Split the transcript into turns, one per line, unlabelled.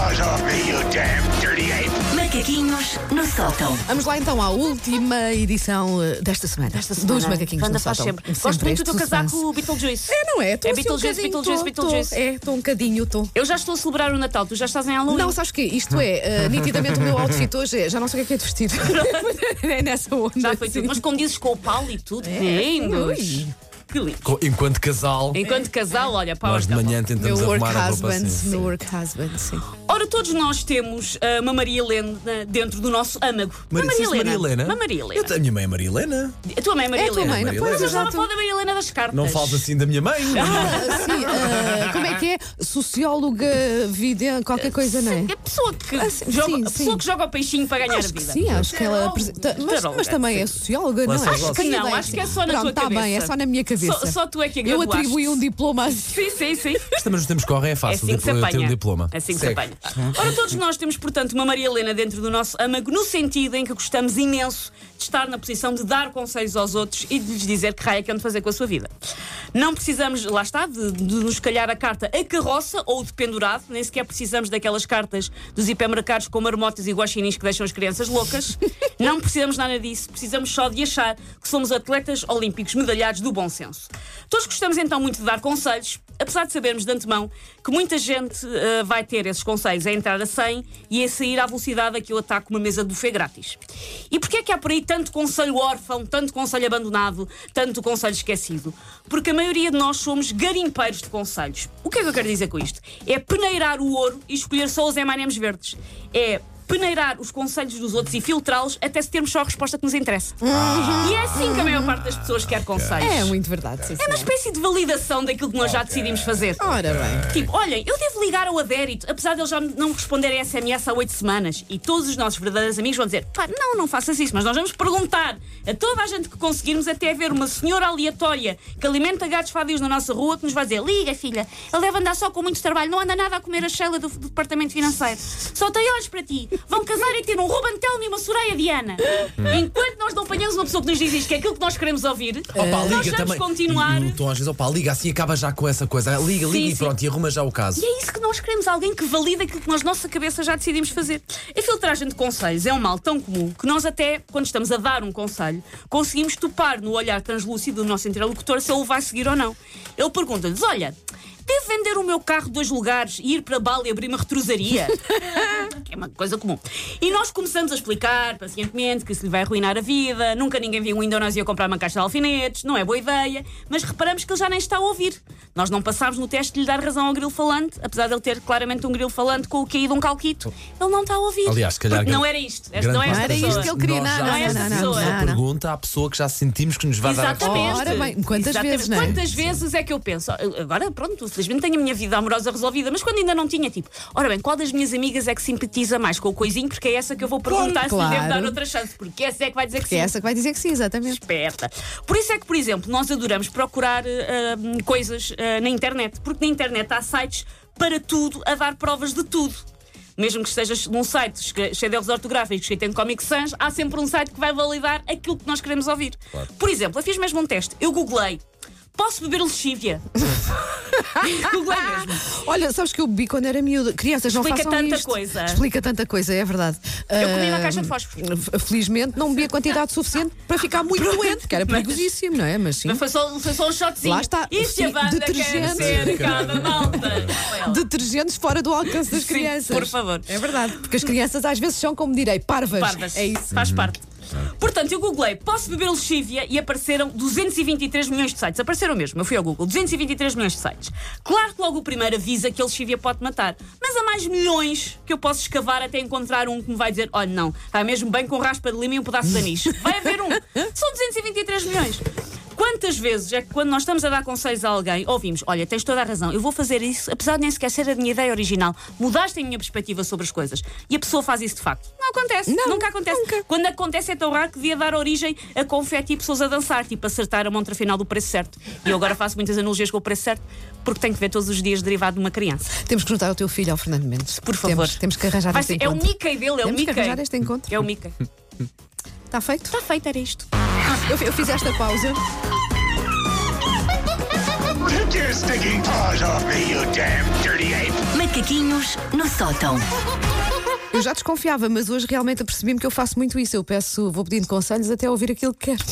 you damn dirty ape!
Macaquinhos no sótão.
Vamos lá então à última edição eh, desta semana. Desta
semana.
Dos macaquinhos
Wanda
no
faz
sótão.
sempre. Gosto muito do
este
casaco
suspense.
Beetlejuice.
É, não é? Tô
É
assim um
Beetlejuice,
bocadinho,
Beetlejuice,
tô,
Beetlejuice.
tô. É, estou um bocadinho, estou.
Eu já estou a celebrar o Natal, tu já estás em Halloween.
Não, sabes que isto é, eh, nitidamente o meu outfit hoje é, já não sei o que é que é de vestir. é nessa onda.
já foi tudo. Mas como dizes, com o pau e tudo, lindos.
É, ui.
Que lindo.
Co- Enquanto casal,
Enquanto casal, olha, então. power
nós de
couple.
manhã tentamos
Meu work
arrumar a roupa
husband,
assim.
meu work husband, sim.
Ora, todos nós temos ah, uma Maria Helena dentro do nosso âmago.
Mari-
uma
disseste Maria Helena?
Uma Maria
Eu
Helena.
tenho a minha mãe é Maria Helena.
A tua mãe é Maria
É a tua
Helena.
mãe, não
Maria
pois,
Mas eu estava a
exato.
falar da Maria Helena das cartas.
Não falas assim da minha mãe.
Ah, sim, eh, como é que é? Socióloga, vidente, qualquer coisa, não é?
A pessoa que,
Ah, sim,
joga,
sim,
a pessoa
sim.
que joga o peixinho para ganhar
Acho
a
que
vida.
sim, acho que ela
tá,
apresenta. Mas,
Taróloga,
mas também é socióloga, não
Lança
é?
os ossos.
tenho
Não,
ideia.
acho que é só na
Pronto,
tua
tá
cabeça.
bem, é só na minha cabeça.
Só, só tu é que a
Eu
graduaste.
atribuí um diploma assim.
Sim, sim, sim.
Mas também os tempos que correm é
É
fácil.
assim
de
que se
ter- ter
apanha.
um diploma.
É assim que se
Segue.
apanha. Ora, todos nós temos, portanto, uma Maria Helena dentro do nosso âmago, no sentido em que gostamos imenso de estar na posição de dar conselhos aos outros e de lhes dizer que raio é que hão de fazer com a sua vida. Não precisamos, lá está, de, de nos calhar a carta a carroça ou o dependurado, nem sequer precisamos daquelas cartas dos hipermercados com marmotas e guaxinins que deixam as crianças loucas. Não precisamos nada disso, precisamos só de achar que somos atletas olímpicos medalhados do bom senso. Todos gostamos então muito de dar conselhos, apesar de sabermos de antemão que muita gente eh, vai ter esses conselhos a entrar a 100 e a sair à velocidade a que eu ataco uma mesa de buffet grátis. E porquê é que há por aí tanto conselho órfão, tanto conselho abandonado, tanto conselho esquecido? Porque a maioria de nós somos garimpeiros de conselhos. O que é que eu quero dizer com isto? É peneirar o ouro e escolher só os M&M's verdes. É peneirar os conselhos dos outros e filtrá-los até se termos só a resposta que nos interessa. E é assim que a maior parte das pessoas quer conselhos.
É muito verdade, sim.
É uma espécie de validação daquilo que nós já decidimos fazer.
Ora
É.
bem.
Tipo, olhem, eu devo ligar ao adérito, apesar de ele já não me responder a SMS há oito semanas. E todos os nossos verdadeiros amigos vão dizer: pá, não, não faças isso, mas nós vamos perguntar a toda a gente que conseguirmos até haver uma senhora aleatória que alimenta gatos fadios na nossa rua que nos vai dizer: liga, filha, ele deve andar só com muito trabalho, não anda nada a comer a Sheila do, do departamento financeiro. Só tem olhos para ti. Vão casar e ter um Ruben Telmo e uma Soraya Diana.
Hum.
Enquanto nós não apanhamos uma pessoa que nos diz isto, que é aquilo que nós queremos ouvir,
Opa,
nós vamos
liga também. Hum,
continuar.
No tom, às vezes, opa, liga assim, acaba já com essa coisa. Liga, liga
Sim,
e
sim.
pronto, e arruma já o caso.
E é isso que nós queremos, alguém que valide aquilo que nós, nossa cabeça, já decidimos fazer. A filtragem de conselhos é um mal tão comum que nós até, quando estamos a dar um conselho, conseguimos topar no olhar translúcido do nosso interlocutor se ele o vai seguir ou não. Ele pergunta-lhes, olha... Devo vender o meu carro dois lugares e ir para Bali abrir uma retrosaria? que é uma coisa comum. E nós começamos a explicar pacientemente que se lhe vai arruinar a vida, nunca ninguém viu um Indonésia comprar uma caixa de alfinetes, não é boa ideia, mas reparamos que ele já nem está a ouvir. Nós não passámos no teste de lhe dar razão ao grilo falante, apesar de ele ter claramente um grilo falante com o QI de um calquito. Ele não está a ouvir.
Oh. Aliás, se calhar.
Porque não
grande-
era isto. Esta
grande
não é
parte
esta
era
das
isto
pessoa.
vezes
que ele queria.
nós
Não,
já
não, não,
fazemos
não,
uma
não, não.
pergunta à pessoa que já sentimos que nos vai dar a resposta.
Exatamente.
Ora bem, quantas
Exatamente.
vezes, não é?
Quantas vezes é que eu penso? Agora, pronto, felizmente tenho a minha vida amorosa resolvida, mas quando ainda não tinha, tipo, ora bem, qual das minhas amigas é que simpatiza mais com o coisinho? Porque é essa que eu vou perguntar
Claro.
se lhe devo dar outra chance, porque essa é que vai dizer que
É
sim.
essa que vai dizer que sim, exatamente.
Esperta. Por isso é que, por exemplo, nós adoramos procurar eh, ah, coisas ah, na internet, porque na internet há sites para tudo, a dar provas de tudo. Mesmo que estejas num site che- cheio de erros ortográficos, cheio de Comic Sans, há sempre um site que vai validar aquilo que nós queremos ouvir. Por exemplo, eu fiz mesmo um teste. Eu googlei. Posso beber lexívia? googlei mesmo.
Olha, sabes que eu bebi quando era miúda. Crianças, não
Explica
façam
tanta
isto.
coisa.
Explica tanta coisa, é verdade.
Eu comi uma
Ah,
caixa de fósforos.
f- Felizmente não bebi a quantidade suficiente para ficar muito doente, porque era perigosíssimo, não é? Mas sim.
Mas foi só, foi só um shotzinho.
Lá está.
E se
Sim,
a banda quer
detergente.
ser cada malta?
Detergentes fora do alcance das
Sim,
crianças.
por favor.
É verdade, porque as crianças às vezes são, como direi, parvas.
parvas.
É isso.
Faz parte. Portanto, eu googlei, posso beber lexívia? E apareceram 223 milhões de sites. Apareceram mesmo, eu fui ao Google, 223 milhões de sites. Claro que logo o primeiro avisa que a lexívia pode matar, mas há mais milhões que eu posso escavar até encontrar um que me vai dizer: olha, não, está mesmo bem com raspa de lima e um pedaço de anis. Vai haver um. São 223 milhões. Quantas vezes é que quando nós estamos a dar conselhos a alguém, ouvimos, olha, tens toda a razão, eu vou fazer isso, apesar de nem sequer ser a minha ideia original, mudaste a minha perspectiva sobre as coisas. E a pessoa faz isso de facto. Não acontece.
Não,
nunca acontece.
nunca.
Quando acontece é tão raro que devia dar origem a confete e pessoas a dançar, tipo acertar a montra final do preço certo. E eu agora faço muitas analogias com o preço certo, porque tenho que ver todos os dias derivado de uma criança.
Temos que juntar o teu filho ao Fernando Mendes.
Por favor.
Temos, temos que arranjar
Vai
este
ser- é o
encontro.
Mickey dele, é o
Temos que
Mickey.
arranjar este encontro.
É o Mickey.
Está feito?
Está feito, era isto.
Eu, eu fiz esta pausa.
Take your stinking paws off me, you damn dirty ape!
Macaquinhos no sótão.
Eu já desconfiava, mas hoje realmente apercebi-me que eu faço muito isso. Eu peço, vou pedindo conselhos até ouvir aquilo que quero.